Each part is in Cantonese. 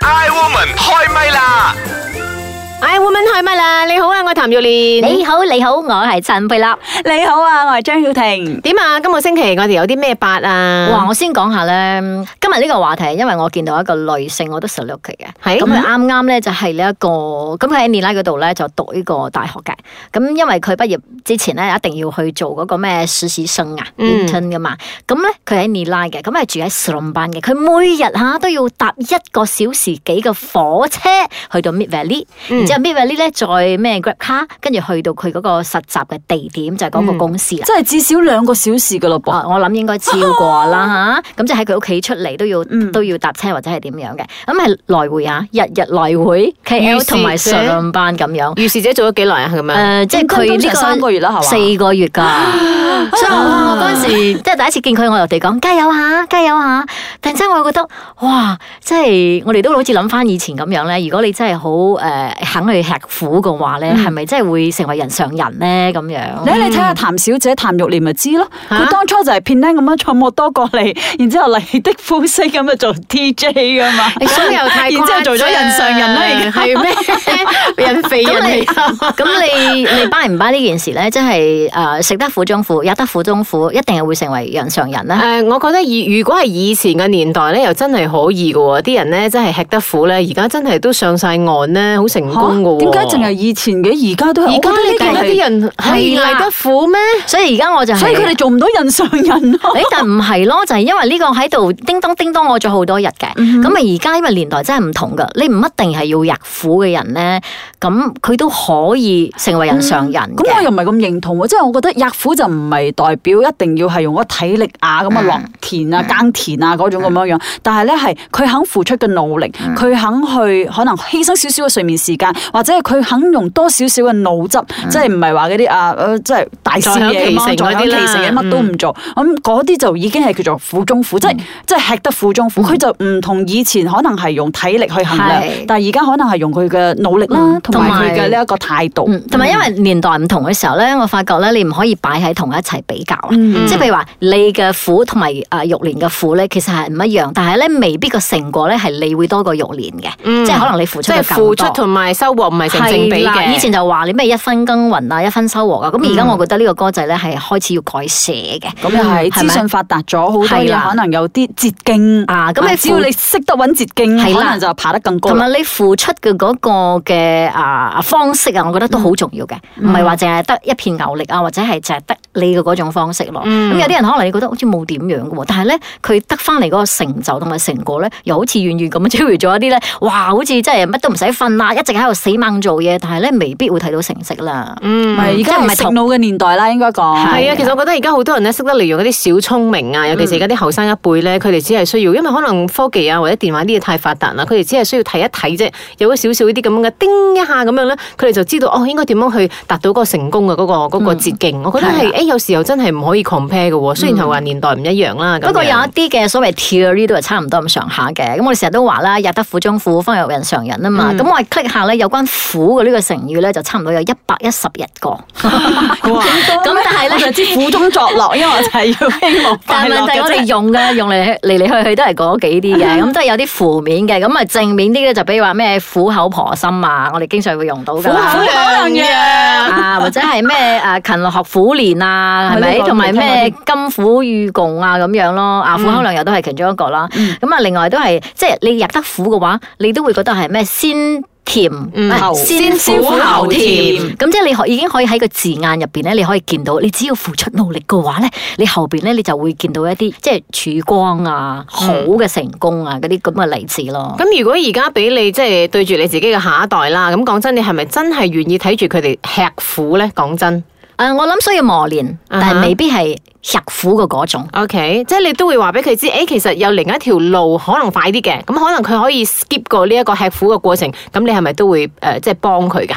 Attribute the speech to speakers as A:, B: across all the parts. A: I Woman 開唛啦！
B: I woman 開唛啦！你好啊，我係譚玉蓮。
C: 你好，你好，我係陳佩立。
D: 你好啊，我係張曉婷。
B: 點啊？今個星期我哋有啲咩八啊？
C: 哇！我先講下咧，今日呢個話題，因為我見到一個女性，我都受咗佢嘅。
B: 係
C: 咁啊佢啱啱咧就係呢一個，咁佢喺尼拉嗰度咧就讀呢個大學嘅。咁因為佢畢業之前咧一定要去做嗰個咩實習生啊
B: 嗯
C: intern 噶嘛。咁咧佢喺尼拉嘅，咁係住喺士林班嘅。佢每日嚇都要搭一個小時幾嘅火車去到 Mid Valley。
B: 嗯
C: 然之後 Mid Valley 咧再咩 Grab car，跟住去到佢嗰個實習嘅地點就係
B: 嗯
C: 嗰個公司啦。
D: 真係至少兩個小時噶咯噃。
C: 啊我諗應該超過 啦吓，咁即係喺佢屋企出嚟都要、
D: 嗯
C: 都要搭車或者係點樣嘅，咁係來回啊，日日來回 K
B: 於
C: L
B: 是
C: 同埋
B: 者
C: 上班咁樣。
B: 遇事者做咗幾耐啊？咁
C: 誒、
B: 樣
C: 即係佢呢
D: 通常
C: 個啊
D: 三個月啦係嘛嗯
C: 四個月㗎。所以我我嗰陣時即係第一次見佢，我又哋講加油下，加油啊下。突然之間我覺得哇，即係我哋都好似諗翻以前咁樣咧。如果你真係好誒、肯去吃苦嘅話嗯咧，係咪、真係會成為人上人咧咁樣？
D: 你你睇下譚小姐譚玉蓮咪知咯，
B: 嚇
D: 佢當初就係片單咁樣坐摩多過嚟， 然之後麗的呼聲咁樣做 DJ 噶嘛。
B: 咁又太誇張
D: 然之後做咗人上人啦而家
B: 係咩？人肥人嚟 㗎
C: 咁你你掰唔掰呢件事咧？即係誒食得苦中苦，也得苦中苦，一定係會成為人上人
D: 啊
C: 啦。
B: 誒，呃我覺得以如果係以前嘅年代咧，又真係可以嘅喎，啲人咧真係吃得苦咧，而家真係都上晒岸咧，好成功嘅喎。
D: 點解淨係以前嘅，而家都係？
B: 而家
D: 我
B: 你
D: 覺得
B: 覺得
D: 呢個係
B: 啲人係
C: 係啦
B: 嚟得苦咩？
C: 所以而家我就係、
D: 所以佢 哋做唔到人上人咯。
C: 誒，但唔係咯，就係因為呢個喺度叮當叮當我咗好多日嘅，
D: 嗯
C: 咁啊而家因為年代真係唔同噶，你唔一定係要入苦嘅人咧，咁佢都可以成為人上人嘅
D: 咁我又唔係咁認同喎，即係我覺得吔苦就唔係代表一定要係用嗰個體力啊
C: 嗯
D: 咁啊落田啊耕田啊嗰種咁樣樣，但係咧係佢肯付出嘅努力，
C: 嗯
D: 佢肯去可能犧牲少少嘅睡眠時間，或者係佢肯用多少少嘅腦汁，
C: 嗯
D: 即係唔係話嗰啲啊呃即係大事嘢咁
B: 坐享其
D: 樣坐享其
B: 成嗰啲啦
D: 成嘅乜都唔做，
C: 嗯
D: 咁嗰啲就已經係叫做苦中苦，即係即係吃得苦中苦。佢就唔同以前可能係用體力去衡
C: 嗯
D: 量
C: 係，
D: 但係而家可能係用佢嘅努力啦
C: 嗯，
D: 同埋佢
C: 同埋
D: 嘅呢一個態度。
C: 嗯，同埋因為年代唔同嘅時候咧，我發覺咧你唔可以擺喺同一齊比較啊。
D: 嗯
B: 嗯
C: 即係譬如話你嘅苦同埋啊玉蓮嘅苦咧，其實係唔一樣，但係咧未必個成果咧係你會多過玉蓮嘅，
B: 嗯
C: 即係可能你付
B: 即係
C: 出得
B: 付
C: 更
B: 出
C: 多。
B: 同埋收穫唔係成正比
C: 係啦
B: 嘅。嗯
C: 以前就話你咩一分耕耘啊，一分收穫啊，咁而家我覺得呢個歌仔咧係開始要改寫嘅。
D: 咁又係
C: 係咪
D: 資訊發達咗，好多
C: 係啦
D: 嘢可能有啲捷徑
C: 啊咁你
D: 只要
C: 付
D: 你識得揾捷徑，
C: 係啦
D: 可能就爬得更高
C: 同
D: 啦。
C: 埋你付出嘅嗰個嘅啊方式啊，我覺得
B: 嗯
C: 都好重要嘅，唔係話淨係得一片牛力啊，或者係淨係得你嘅嗰種方式咯。咁、
B: 嗯
C: 有啲人可能你覺得好似冇點樣嘅喎，但係咧佢得翻嚟嗰個成就同埋成果咧，又好似遠遠咁樣超越咗一啲咧，哇！好似真係乜都唔使瞓啦，一直喺度死猛做嘢，但係咧未必會睇到成績啦。
B: 嗯
D: 唔嗯係而家
C: 即係唔
D: 係
C: 係
D: 食
C: 同
D: 腦嘅年代啦，應該講。
B: 係啊，其實我覺得而家好多人咧識得利用嗰啲小聰明啊，尤其是而家啲後生一輩咧，佢哋只係需要，因為可能科技啊或者電話啲嘢太發達啦，佢哋只係需要睇一睇啫，有咗少少呢啲咁樣嘅叮一下咁樣咧，佢哋就知道哦應該點樣去達到嗰個成功嘅嗰、個嗰、個捷徑。我覺得嗯係誒、哎嗯有時候真係唔可以 compare 嘅喎，雖然係話年代唔一樣啦。咁樣
C: 不過有一啲嘅所謂 theory 都係差唔多咁上下嘅，咁我哋成日都話啦，日得苦中苦，方有人上人啊嘛。
B: 嗯
C: 咁、我係 click 下咧，有關苦嘅呢個成語咧，就差唔多有一百一十日個。咁但係
D: 哦我就
C: 咧，
D: 知苦中作樂，因為我就係要希望
C: 但
D: 快
C: 係
D: 樂
C: 問題
D: 嘅嗯
C: 我哋
D: 啫。
C: 用嘅用嚟去嚟嚟去去都係嗰幾啲嘅，咁都係有啲負面嘅，咁啊正面啲咧就比如話咩苦口婆心啊，我哋經常會用到㗎啦。
B: 好
D: 可能嘅
C: 啊，或者係咩誒勤學苦練啊，係
D: 係
C: 咪？
D: 呢個
C: 同埋
D: 未
C: 咩甘苦與共啊咁樣咯，啊苦口良藥都係其中一個啦。
B: 嗯
C: 咁啊，另外都係即係你入得苦嘅話，你都會覺得係咩先。甜，
B: 嗯
C: 啊
D: 後
C: 先苦
B: 先苦後
C: 後甜
B: 甜，
C: 咁即係你可已經可以喺個字眼入邊咧，你可以見到，你只要付出努力嘅話咧，你後邊咧你就會見到一啲即係曙光啊、好
B: 嗯
C: 嘅成功啊嗰啲咁嘅例子咯。
B: 咁如果而家俾你即係對住你自己嘅下一代啦，咁講真，你係咪真係願意睇住佢哋吃苦咧？講真。
C: 誒，啊我諗需要磨練，但
B: 啊哈
C: 係未必係吃苦嘅嗰種。
B: O、k 即係你都會話俾佢知，誒、其實有另一條路可能快啲嘅，咁可能佢可以 skip 過呢一個吃苦嘅過程，咁你係咪都會誒、呃即係幫佢噶？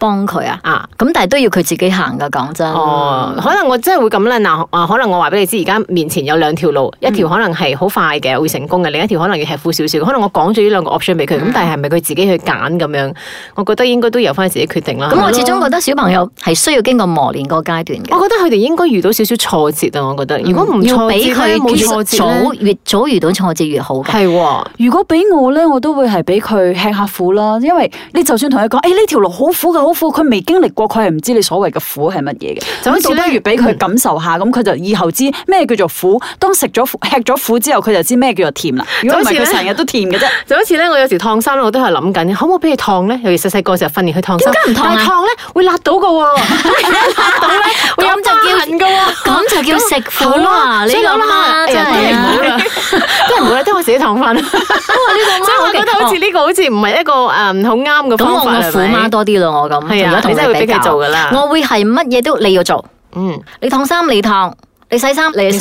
C: 幫佢啊？
B: 啊。
C: 咁但係都要佢自己行噶，講真。
B: 哦，可能我真係會咁啦。嗱，啊，可能我話俾你知，而家面前有兩條路，一條可能係好快嘅會成功嘅，另一條可能要吃苦少少。可能我講咗呢兩個 option 俾佢，咁但係係咪佢自己去揀咁樣？我覺得應該都由翻自己決定啦。
C: 咁嗯我始
B: 係
C: 終
B: 咯
C: 覺得小朋友係需要經過磨練個階段嘅。
B: 我覺得佢哋應該遇到少少挫折啊！我覺得，如果唔
C: 嗯要
B: 挫折
C: 俾佢
B: 咧冇
C: 越
B: 挫折
C: 早
B: 咧，
C: 越早遇到挫折越好嘅。
B: 係喎。
D: 如果俾我咧，我都會係俾佢吃下苦啦，因為你就算同佢講，哎誒呢條路好苦嘅，好苦，佢未經歷過，佢係唔知你所謂嘅苦係乜嘢嘅。
B: 就好似
D: 咁
B: 咧
D: 到底越俾佢感受下，咁佢就以後知咩叫做苦。當食咗苦吃咗苦之後，佢就知咩叫做甜啦。如果唔係，
B: 就好
D: 佢
B: 似咧
D: 成日都甜嘅啫。
B: 就好似咧，我有時燙衫咧，我都係諗緊，可唔可以俾佢燙咧？尤其細細個嘅時候訓練佢燙衫，
C: 點解唔燙啊
B: 但係燙咧會辣到嘅喎， 辣到咧會有
C: 咁就
B: 疤
C: 叫
B: 痕嘅喎。
C: 咁就叫食苦啊啦！你
B: 所以
C: 諗下，
B: 哎
C: 真
B: 呀都
C: 係
B: 係唔好
C: 啊！
B: 啦，都 係唔好啦，都係我自己燙翻啦。
C: 呢個
B: 所以我
C: 媽
B: 覺得好似呢個好似唔係一個誒好啱嘅
C: 啊咁
B: 方
C: 我
B: 法
C: 我苦媽，多啲咯，我咁
B: 係啊
C: 而家同
B: 你真係會
C: 比
B: 俾
C: 較
B: 佢做㗎啦
C: 我會係乜嘢都你要做，
B: 係咪嗯，
C: 你燙衫你燙，你洗衫你洗，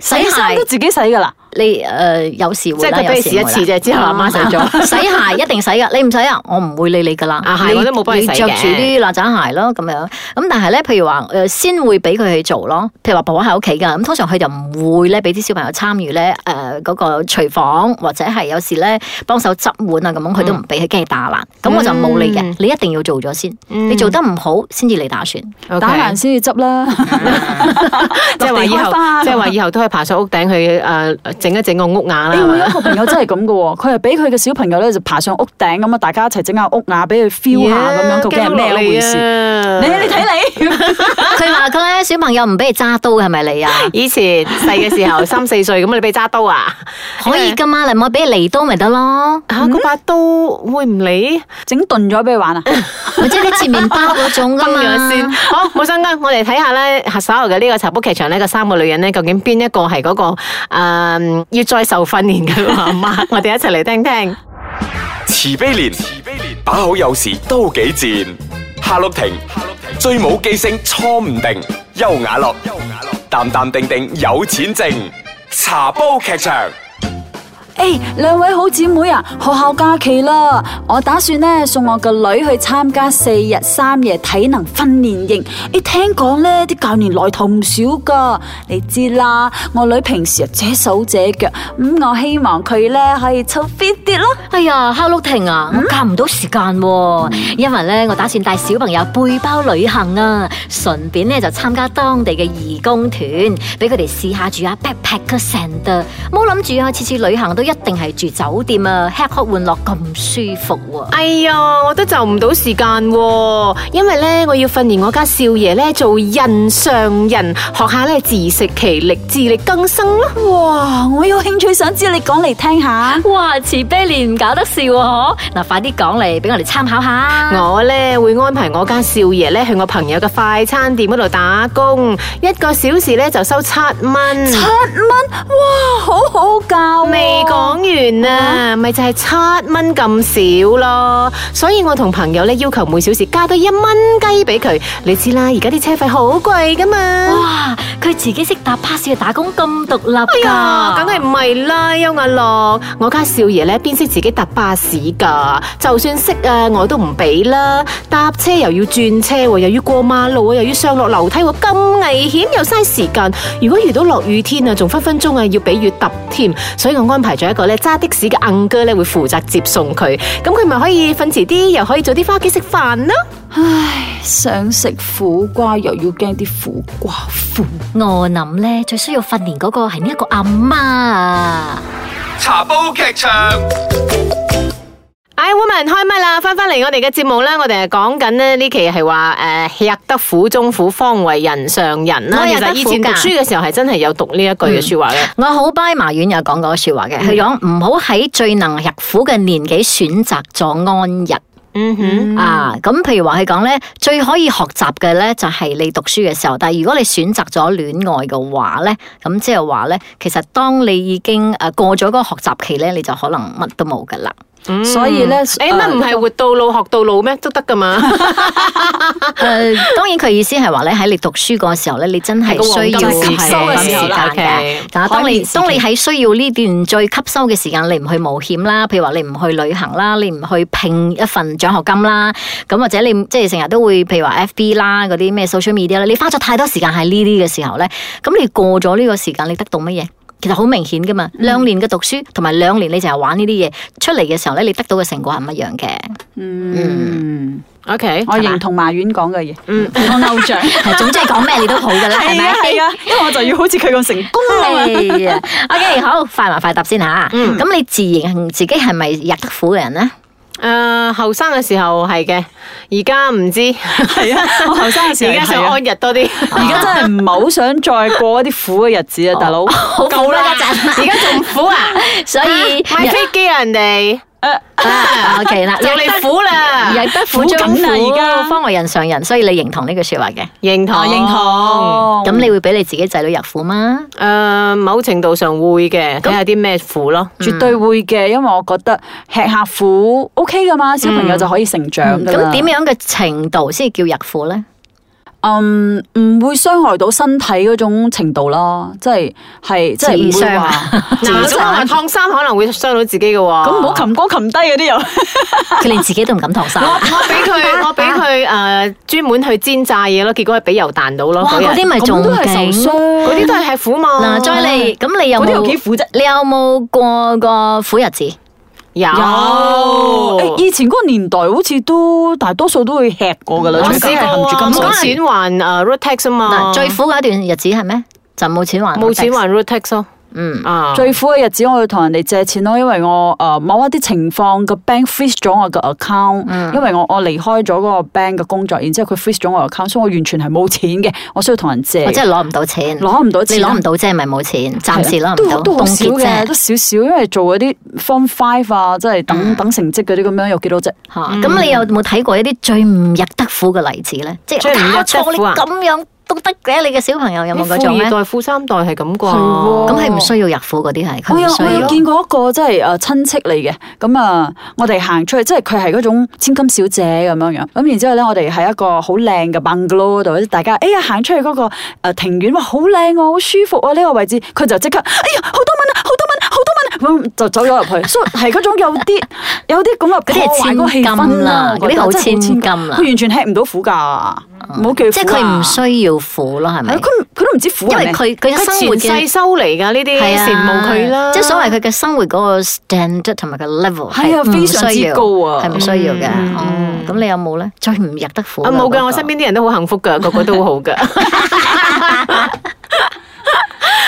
C: 洗
D: 洗衫
C: 鞋
D: 都自己洗㗎啦。
C: 你诶有時
B: 即
C: 會
B: 係
C: 啦，
B: 佢
C: 有
B: 俾你
C: 時
B: 試一次
C: 會啦啊
B: 啫，之後阿媽洗咗。
C: 洗鞋一定洗噶，你唔洗啊，我唔會理你噶啦。
B: 啊係我都冇幫你洗嘅
C: 着住啲邋遢鞋咯，咁樣。咁但係咧，譬如話誒，先會俾佢去做咯。譬如話婆婆喺屋企㗎，咁通常佢就唔會咧俾啲小朋友參與咧誒嗰個廚房，或者係有時咧幫手執碗啊咁樣，佢都唔俾，佢驚佢打爛。咁我就冇理嘅
B: 嗯，
C: 你一定要做咗先，你做得唔好先至嚟打算。
D: 打爛先至執啦，
B: 即係話以
D: 落地開
B: 後
D: 花，
B: 即係話以後都係爬上屋頂去誒整一整個屋
C: 哎
B: 瓦啦，
D: 誒
B: 係
D: 哎我有
B: 咪
D: 一個朋友真係咁嘅喎，佢係俾佢嘅小朋友咧就爬上屋頂咁啊，大家一齊整下屋瓦，俾佢 feel 下咁樣，究竟係咩一回事？你
B: 事
D: 你睇你。
C: 佢話佢咧小朋友唔俾你揸刀，係咪 你啊？
B: 以前細嘅時候三四歲咁，你俾揸刀啊？
C: 可以㗎嘛，你唔可以俾你嚟刀咪得咯。
B: 嚇嗰把刀會唔理？
D: 整燉咗俾佢玩啊！
C: 或者你切麵包嗰種㗎
B: 崩
C: 嘛
B: 咗。先。好，冇相干，我哋睇下咧，稍後嘅呢個茶煲劇場呢，個三個女人呢，究竟邊一個係嗰、個嗯要再受訓練嘅媽 媽？我哋一齊嚟聽聽。
A: 慈悲蓮，慈悲蓮，把口有時都幾賤。夏綠庭，夏綠庭，最冇記性錯唔定。優雅樂，優雅樂，淡淡定定有錢剩。茶煲劇場，
D: 誒，哎兩位好姊妹啊，學校假期啦，我打算咧送我個女去參加四日三夜體能訓練營。你聽講咧，啲教練來頭唔少噶，你知啦。我女平時啊姐手姐腳，咁、我希望佢咧可以操 fit 啲咯。
C: 哎呀，哈 o 婷啊，我夾唔到時間喎、因為咧我打算帶小朋友背包旅行啊，順便咧就參加當地嘅義工團，俾佢哋試下住下 backpack 嘅成得，冇諗住啊，次次旅行都一定係住酒店啊，吃喝玩樂咁舒服喎、
B: 哎呀，我都就唔到時間喎，因為咧我要訓練我家少爺咧做人上人，學下咧自食其力，自力更生咯。
D: 哇，我有興趣想知你講嚟聽下。
C: 哇，慈悲蓮搞得笑喎、嗱快啲講嚟俾我哋參考下。
B: 我咧會安排我家少爺咧去我朋友嘅快餐店嗰度打工，一個小時咧就收七蚊。
D: 七蚊，哇，好好教、
B: 嗯
D: 啊
B: 未講完啊，咪就係七蚊咁少咯，所以我同朋友咧要求每小時加多一蚊雞俾佢。你知啦，而家啲車費好貴噶嘛。
C: 哇，佢自己識搭巴士去打工咁獨立㗎，
B: 呀，梗係唔係啦，邱亞樂，我家少爺咧邊識自己搭巴士㗎？就算識啊，我都唔俾啦。搭車又要轉車喎，又要過馬路啊，又要上落樓梯喎，咁危險又嘥時間。如果遇到落雨天啊，仲分分鐘啊要俾雨揼添。所以我安排咗一個咧揸的士嘅硬哥咧會負責接送佢，咁佢咪可以瞓遲啲，又可以早啲翻屋企食飯咯。
D: 唉，想食苦瓜又要驚啲苦瓜苦。
C: 我諗咧，最需要訓練嗰個係呢一個阿媽啊！
A: 茶煲劇場。
B: I woman 開唛啦，翻翻嚟我哋嘅節目啦，我哋係講緊咧呢期係話誒，吃得苦中苦，方為人上人啦。
C: 我
B: 其
C: 吃得
B: 實
C: 苦
B: 以前讀
C: 㗎
B: 書嘅時候係真係有讀呢一句嘅説話嘅。
C: 我好 by 麻院有講過説話嘅，佢講唔好喺最能吃苦嘅年紀選擇咗安逸。
B: 嗯哼，
C: 啊，咁譬如話佢講咧，最可以學習嘅咧就係你讀書嘅時候，但係如果你選擇咗戀愛嘅話咧，咁呃即係話咧，其實當你已經誒過咗嗰個學習期咧，你就可能乜都冇噶啦。
D: 所以咧，
E: 诶，乜唔係活到老學到老咩？都得噶嘛。
C: 誒、呃當然佢意思係話咧，喺你讀書嗰時候咧，你真係
E: 係個黃
C: 需
E: 金
C: 要
E: 時期
C: 吸收嘅時間
E: 係
C: 嘅
E: OK。
C: 但係當
D: 海綿
C: 你
D: 時期
C: 當你喺需要呢段最吸收嘅時間，你唔去冒險啦，譬如話你唔去旅行啦，你唔去拼一份獎學金啦，咁或者你即係成日都會譬如話 FB 啦嗰啲咩 social media 啦，你花咗太多時間喺呢啲嘅時候咧，咁你過咗呢個時間，你得到乜嘢？其實好明顯噶嘛，兩年嘅讀書同埋兩年你就係玩呢啲嘢，出嚟嘅時候咧，你得到嘅成果係唔一樣嘅。
D: 嗯，
E: O K，
D: 我認同麻丸講嘅嘢，我偶像。
C: 係總之係講咩你都好噶啦，係
D: 係
C: 咪
D: 啊？係啊，因為我就要好似佢咁 成 功啊嗯嘛。
C: 係啊，OK，好，快埋快答先吓。咁你自認自己係咪入得苦嘅人咧？
E: 诶，后生嘅時候係嘅，而家唔知，
D: 係啊，我後生嘅時候
E: 而家想
D: 係啊
E: 安逸多啲。
D: 而家真係唔係好想再過一啲苦嘅日子啊，大佬。
C: 好
E: 夠啦
C: 陣，
E: 而家仲苦啊！
C: 所以
E: 買飛機啊，人哋
C: 啊 OK 啦，
E: 就嚟苦啦，
C: 入得苦中
D: 苦緊啊
C: 苦
D: 而家，
C: 方為人上人，所以你認同呢句说話嘅。
E: 認同
D: 我認。同。
C: 咁你會俾你自己仔女入苦嗎？
E: 诶、某程度上會嘅，睇下啲咩苦咯。
D: 絕對會嘅，因為我覺得吃下苦 OK 噶嘛，小朋友就可以成長噶啦。
C: 嗯咁點樣嘅程度先叫入苦 咧？
D: 嗯，唔會傷害到身體嗰種程度咯，即係係即係唔
C: 自
D: 會
C: 傷啊
D: 話
E: 嗱，如果話燙衫可能會傷到自己嘅
D: 咁
E: 喎。咁
D: 唔好擒高擒低嗰啲又。
C: 佢連自己都唔敢搪
E: 我
C: 塞。
E: 我俾佢，我俾佢诶專門去煎炸嘢咯，結果係俾油彈到咯。
C: 哇！嗰
E: 嗰日
C: 啲咪仲
D: 咁都
C: 勁
D: 係受傷。啊
E: 嗰啲都係係苦嘛。
C: 嗱，再嚟，咁你有
D: 嗰啲有幾
C: 冇？
D: 苦啫？
C: 你有冇過過苦日子？
E: 有
D: 誒。以前嗰個年代好似都大多數都會吃過㗎啦，
C: 嗯
E: 我
D: 最緊
E: 試
D: 係含
E: 過
D: 住
E: 啊，
D: 金
E: 冇
D: 鎖匙。
E: 錢還誒 road tax 啊嘛，
D: 哦
C: 嗱，最苦嗰一段日子係咩？就冇錢還。
E: 冇錢。還 road tax 咯，
C: 嗯，
E: 啊，
D: 最苦嘅日子，我要同人哋借錢咯，因為我誒、呃某一啲情況個 bank freeze 咗我個 account，、因
C: 嗯
D: 為我我離開咗嗰個 bank 嘅工作，然之後佢 freeze 咗我 account，所以我完全係冇錢嘅，我需要同人借
C: 我，真係攞唔到錢。
D: 攞唔到
C: 哦
D: 錢
C: 你
D: 啊
C: 攞唔到啫，咪冇錢，暫時攞唔
D: 都
C: 到，
D: 都好
C: 凍
D: 少
C: 結
D: 嘅，
C: 啫
D: 都。少少，因為做嗰啲 form five 啊，即係
C: 嗯
D: 等等成績嗰啲咁樣有幾多啫？
C: 嚇咁你有冇睇過一啲最唔入得苦嘅例子咧？即
E: 最
C: 係
E: 唔入
C: 搞
E: 得
C: 錯你
E: 苦啊
C: 咁樣都得嘅，你嘅小朋友有冇嗰種
E: 富二
C: 咧？
D: 啊
E: 代、富三代係
D: 係
E: 咁啩
D: 喎？
C: 咁係唔需要入苦嗰啲係，佢
D: 我
C: 唔
D: 有
C: 需
D: 我
C: 要
D: 有
C: 咯。
D: 見過一個即係誒親戚嚟嘅，咁啊，我哋行出去，即係佢係嗰種千金小姐咁樣樣，咁然之後咧，我哋喺一個好靚嘅 bungalow 度，大家哎呀行出去嗰個誒庭院，哇好靚哦，好舒服啊呢個位置，佢就即刻哎呀好多蚊啊，好多蚊啊，好多蚊啊咁就走咗入去，所以係嗰種有啲有啲咁
C: 嗰
D: 嘅
C: 啲係
D: 破壞嗰個
C: 千
D: 氣
C: 金
D: 氛
C: 啦
D: 啦，我覺
C: 嗰
D: 得
C: 啲好
D: 真係
C: 千金啦
D: 佢完全吃唔到苦㗎，唔好叫
C: 即係佢唔需要苦咯，係
D: 係
C: 咪？
D: 佢唔佢都唔知苦
C: 因
D: 係
C: 為
D: 咩
C: 佢佢嘅
E: 佢
C: 生活
E: 前世
C: 嘅
E: 修嚟㗎呢啲，
C: 係啊
E: 羨慕佢啦。
C: 即係所謂佢嘅生活嗰個 standard 同埋個 level
D: 係啊
C: 係唔
D: 非常之
C: 需要
D: 高啊
C: 係唔需要嘅。
D: 嗯
C: 哦，咁你有冇咧？最唔入得苦
E: 啊冇㗎，
C: 㗎，
E: 我身邊啲人都好幸 福㗎，個個都好㗎。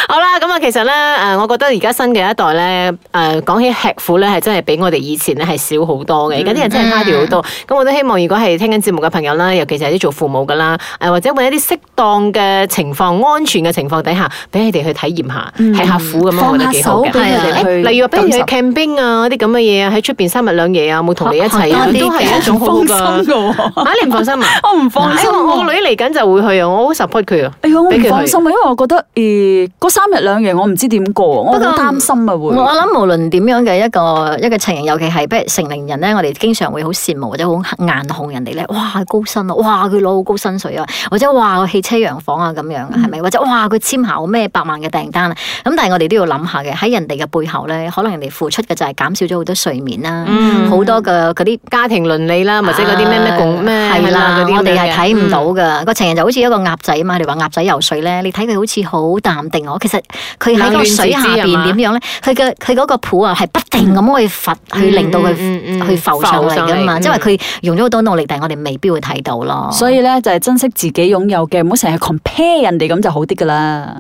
E: 好啦，咁啊，其實咧，誒，我覺得而家新嘅一代咧，誒、講起吃苦咧，係真係比我哋以前咧係少好多
C: 嗯
E: 嘅。而家啲人真係差調好
C: 啊
E: 多。咁、我都希望，如果係聽緊節目嘅朋友啦，尤其是係啲做父母噶啦，誒、或者揾一啲適當嘅情況、安全嘅情況底下，俾佢哋去體驗下，
C: 嗯
E: 吃下苦咁樣，我覺得幾
D: 放下手
E: 好嘅。
D: 俾佢哋
E: 係啊
D: 去
E: 誒例如話俾佢哋
D: 感
E: 去
D: 受
E: camping à, 啊，嗰啲咁嘅嘢啊，喺出邊三日兩夜啊，冇同你一齊啊，
C: 學多啲
E: 都係一種好
D: 放
E: 㗎。
D: 心㗎喎。
E: 啊！你唔放心啊？
D: 我唔放心
E: 哎 我我
D: 喎
E: 個女嚟緊就會去啊！我好 support 佢啊！
D: 哎呀，我
E: 俾
D: 唔
E: 佢去
D: 放心啊，因為我覺得誒嗰三日兩夜我唔知點過，我
C: 不
D: 好
C: 過
D: 擔心啊
C: 我
D: 會。
C: 我諗無論點樣嘅一個一個情形，尤其係不如成年人咧，我哋經常會好羨慕或者好眼紅人哋咧，哇高薪啊，哇佢攞好高薪水啊，或者哇個汽車洋房啊咁樣，係咪？或者哇佢簽下咩百萬嘅訂單啊，咁但係我哋都要諗下嘅，喺人哋嘅背後咧，可能人哋付出嘅就係減少咗好多睡眠啦，
E: 嗯
C: 好、多嘅嗰啲。
E: 家庭倫理啊啦，或者
C: À,
E: 嗰啲咩咩共咩
C: 啊係啦，我哋係睇唔。
E: 咁樣嘅嗯
C: 到噶。個情人就好似一個鴨仔嘛，你話鴨仔游水咧，你睇佢好似好淡定哦，其實佢喺個水下
E: 冷暖自知係嘛
C: 邊點樣咧？佢嘅佢嗰個抱啊，係不停咁去浮，去令到佢
E: 嗯嗯嗯
C: 去浮上嚟噶嘛。
E: 浮上嚟嗯
C: 因為佢用咗好多努力，但係我哋未必會睇到咯。
D: 所以咧就係珍惜自己擁有嘅，唔好成日 compare 人哋咁就好啲噶啦。